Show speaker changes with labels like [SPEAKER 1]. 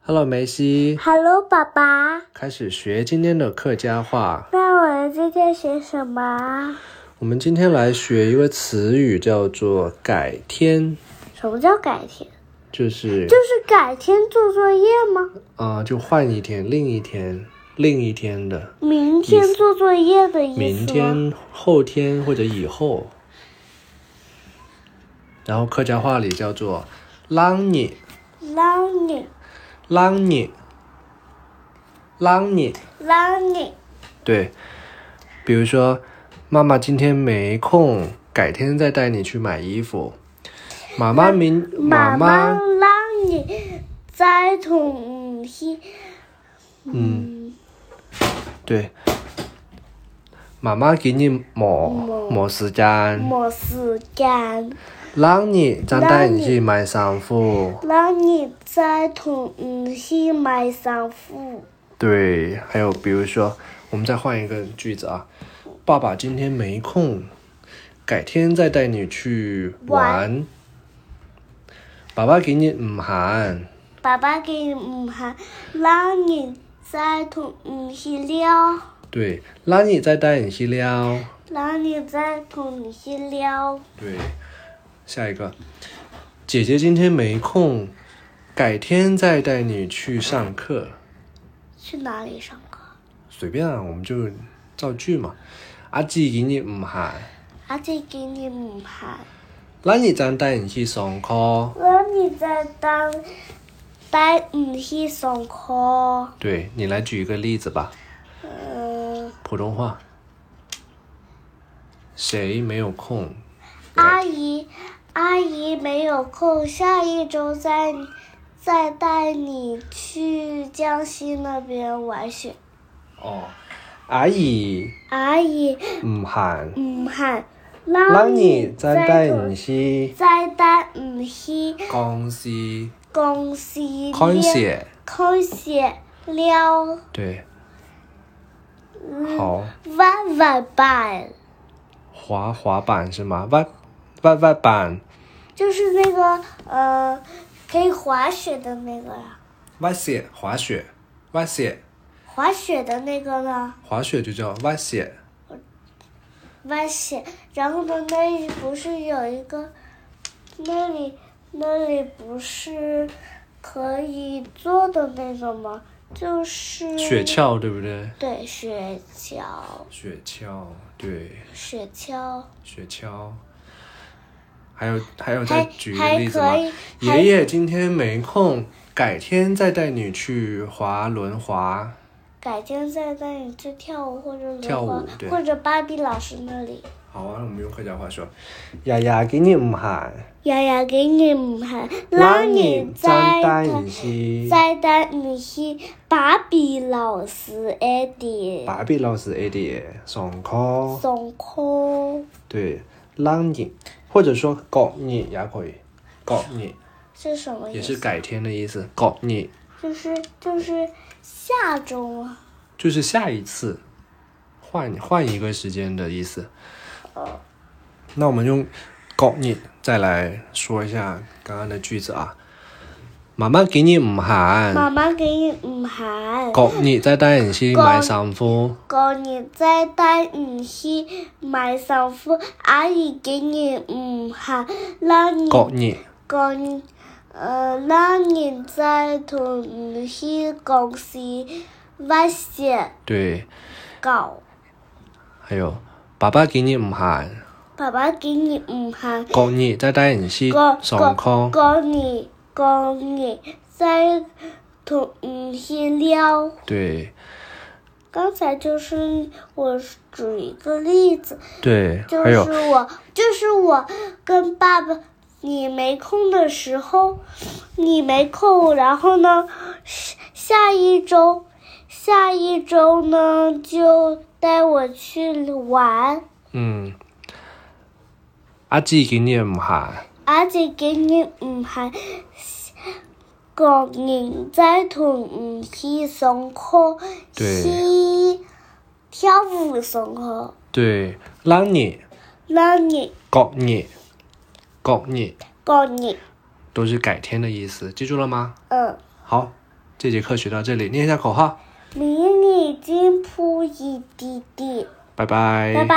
[SPEAKER 1] Hello，梅西，
[SPEAKER 2] Hello，爸爸。
[SPEAKER 1] 开始学今天的客家话。
[SPEAKER 2] 那我今天学什么啊？
[SPEAKER 1] 我们今天来学一个词语，叫做“改天
[SPEAKER 2] 什么叫改天？”，
[SPEAKER 1] 就是
[SPEAKER 2] 就是改天做作业吗？
[SPEAKER 1] 啊、就换一天、另一天、另一天的，
[SPEAKER 2] 明天做作业的意思吗？
[SPEAKER 1] 明天、后天或者以后。然后客家话里叫做“浪你
[SPEAKER 2] 让你
[SPEAKER 1] 浪你浪你”，
[SPEAKER 2] 让你
[SPEAKER 1] 对，比如说妈妈今天没空，改天再带你去买衣服。妈妈明妈
[SPEAKER 2] 妈妈
[SPEAKER 1] 妈
[SPEAKER 2] 让你在同天
[SPEAKER 1] 对，妈妈给你磨磨时间，
[SPEAKER 2] 没时间，
[SPEAKER 1] 让你再带你去买衫裤。
[SPEAKER 2] 让你在同天买衫裤。
[SPEAKER 1] 对，还有比如说，我们再换一个句子啊，爸爸今天没空，改天再带你去玩。爸爸给你唔闲，
[SPEAKER 2] 爸爸给唔喊，让你在同天聊。
[SPEAKER 1] 对，让你再带你去撩。
[SPEAKER 2] 让你在同天聊。
[SPEAKER 1] 对，下一个，姐姐今天没空，改天再带你去上课，
[SPEAKER 2] 去哪里上课？
[SPEAKER 1] 随便啊，我们就造句嘛。阿姊今日唔闲，
[SPEAKER 2] 阿姐给你唔喊，
[SPEAKER 1] 那你再带你去上课。
[SPEAKER 2] 让你在当带唔去上课。
[SPEAKER 1] 对你来举一个例子吧，
[SPEAKER 2] 嗯，
[SPEAKER 1] 普通话。谁没有空？
[SPEAKER 2] 阿姨，阿姨没有空，下一周再再带你去江西那边玩去。
[SPEAKER 1] 哦，阿姨
[SPEAKER 2] 阿姨
[SPEAKER 1] 唔闲，
[SPEAKER 2] 唔喊，
[SPEAKER 1] 那
[SPEAKER 2] 让
[SPEAKER 1] 你再带你
[SPEAKER 2] 同
[SPEAKER 1] 去
[SPEAKER 2] 再带唔去
[SPEAKER 1] 公司
[SPEAKER 2] 嗯公司了
[SPEAKER 1] 看雪。
[SPEAKER 2] 看雪了。
[SPEAKER 1] 对，
[SPEAKER 2] 嗯
[SPEAKER 1] 好。
[SPEAKER 2] 万万版，
[SPEAKER 1] 滑滑板是吗？外外外板
[SPEAKER 2] 就是那个呃，可以滑雪的那个啊呀，
[SPEAKER 1] 外雪滑雪外雪
[SPEAKER 2] 滑雪的那个呢，
[SPEAKER 1] 滑雪就叫外雪
[SPEAKER 2] 弯雪。然后呢，那里不是有一个，那里那里不是可以坐的那个吗？就是
[SPEAKER 1] 雪，橇，对不对？
[SPEAKER 2] 对，雪橇，
[SPEAKER 1] 雪橇对
[SPEAKER 2] 雪橇，
[SPEAKER 1] 雪橇，还有还有再
[SPEAKER 2] 还
[SPEAKER 1] 举一个
[SPEAKER 2] 还
[SPEAKER 1] 例子吗
[SPEAKER 2] 可？以，还
[SPEAKER 1] 爷爷今天没空，改天再带你去滑轮滑。
[SPEAKER 2] 改天再带你去跳舞或者轮
[SPEAKER 1] 跳舞
[SPEAKER 2] 滑
[SPEAKER 1] 对
[SPEAKER 2] 或者芭比老师那里。
[SPEAKER 1] 好啊，我们用客家话说，爷爷给你唔闲，
[SPEAKER 2] 爷爷给你唔喊，
[SPEAKER 1] 拉
[SPEAKER 2] 让你
[SPEAKER 1] 再
[SPEAKER 2] 再
[SPEAKER 1] 带
[SPEAKER 2] 等
[SPEAKER 1] 你去
[SPEAKER 2] 再等唔去芭比老师的地
[SPEAKER 1] 芭比老师的地上课。
[SPEAKER 2] 上课，
[SPEAKER 1] 对，浪你，或者说搞你也可以，搞你
[SPEAKER 2] 是什么
[SPEAKER 1] 也
[SPEAKER 2] 意
[SPEAKER 1] 是
[SPEAKER 2] 思？
[SPEAKER 1] 改天的意思，搞你
[SPEAKER 2] 就是就是下周啊，
[SPEAKER 1] 就是下一次，换换一个时间的意思。那我们用搞你再来说一下刚刚的句子啊，妈妈给你唔喊，
[SPEAKER 2] 妈妈给你唔喊，
[SPEAKER 1] 搞你再带你去买衫裤，
[SPEAKER 2] 哥你再带唔去买上裤，阿姨给你唔喊，让你
[SPEAKER 1] 搞你
[SPEAKER 2] 哥你呃，让你再同唔去公司呃玩雪。
[SPEAKER 1] 对，
[SPEAKER 2] 狗，
[SPEAKER 1] 还有爸爸给你唔喊，
[SPEAKER 2] 爸爸给你唔喊，
[SPEAKER 1] 搞你再带你去
[SPEAKER 2] 哥
[SPEAKER 1] 上
[SPEAKER 2] 哥
[SPEAKER 1] 课，
[SPEAKER 2] 哥你哥你在同唔去撩。
[SPEAKER 1] 对
[SPEAKER 2] 刚才就是我举一个例子，
[SPEAKER 1] 对，
[SPEAKER 2] 就
[SPEAKER 1] 还
[SPEAKER 2] 是
[SPEAKER 1] 有。
[SPEAKER 2] 我就是我跟爸爸。你没空的时候，你没空，然后呢，下下一周，下一周呢就带我去玩。
[SPEAKER 1] 嗯，阿姊今日唔闲，
[SPEAKER 2] 阿姐给你唔喊，讲人在同唔去上课，
[SPEAKER 1] 对
[SPEAKER 2] 去跳舞上课，
[SPEAKER 1] 对，冷热、
[SPEAKER 2] 让你
[SPEAKER 1] 角热、角热
[SPEAKER 2] 讲你，
[SPEAKER 1] 都是改天的意思，记住了吗？
[SPEAKER 2] 嗯。
[SPEAKER 1] 好，这节课学到这里，念一下口号，
[SPEAKER 2] 迷你金铺一滴滴。
[SPEAKER 1] 拜拜。
[SPEAKER 2] 拜拜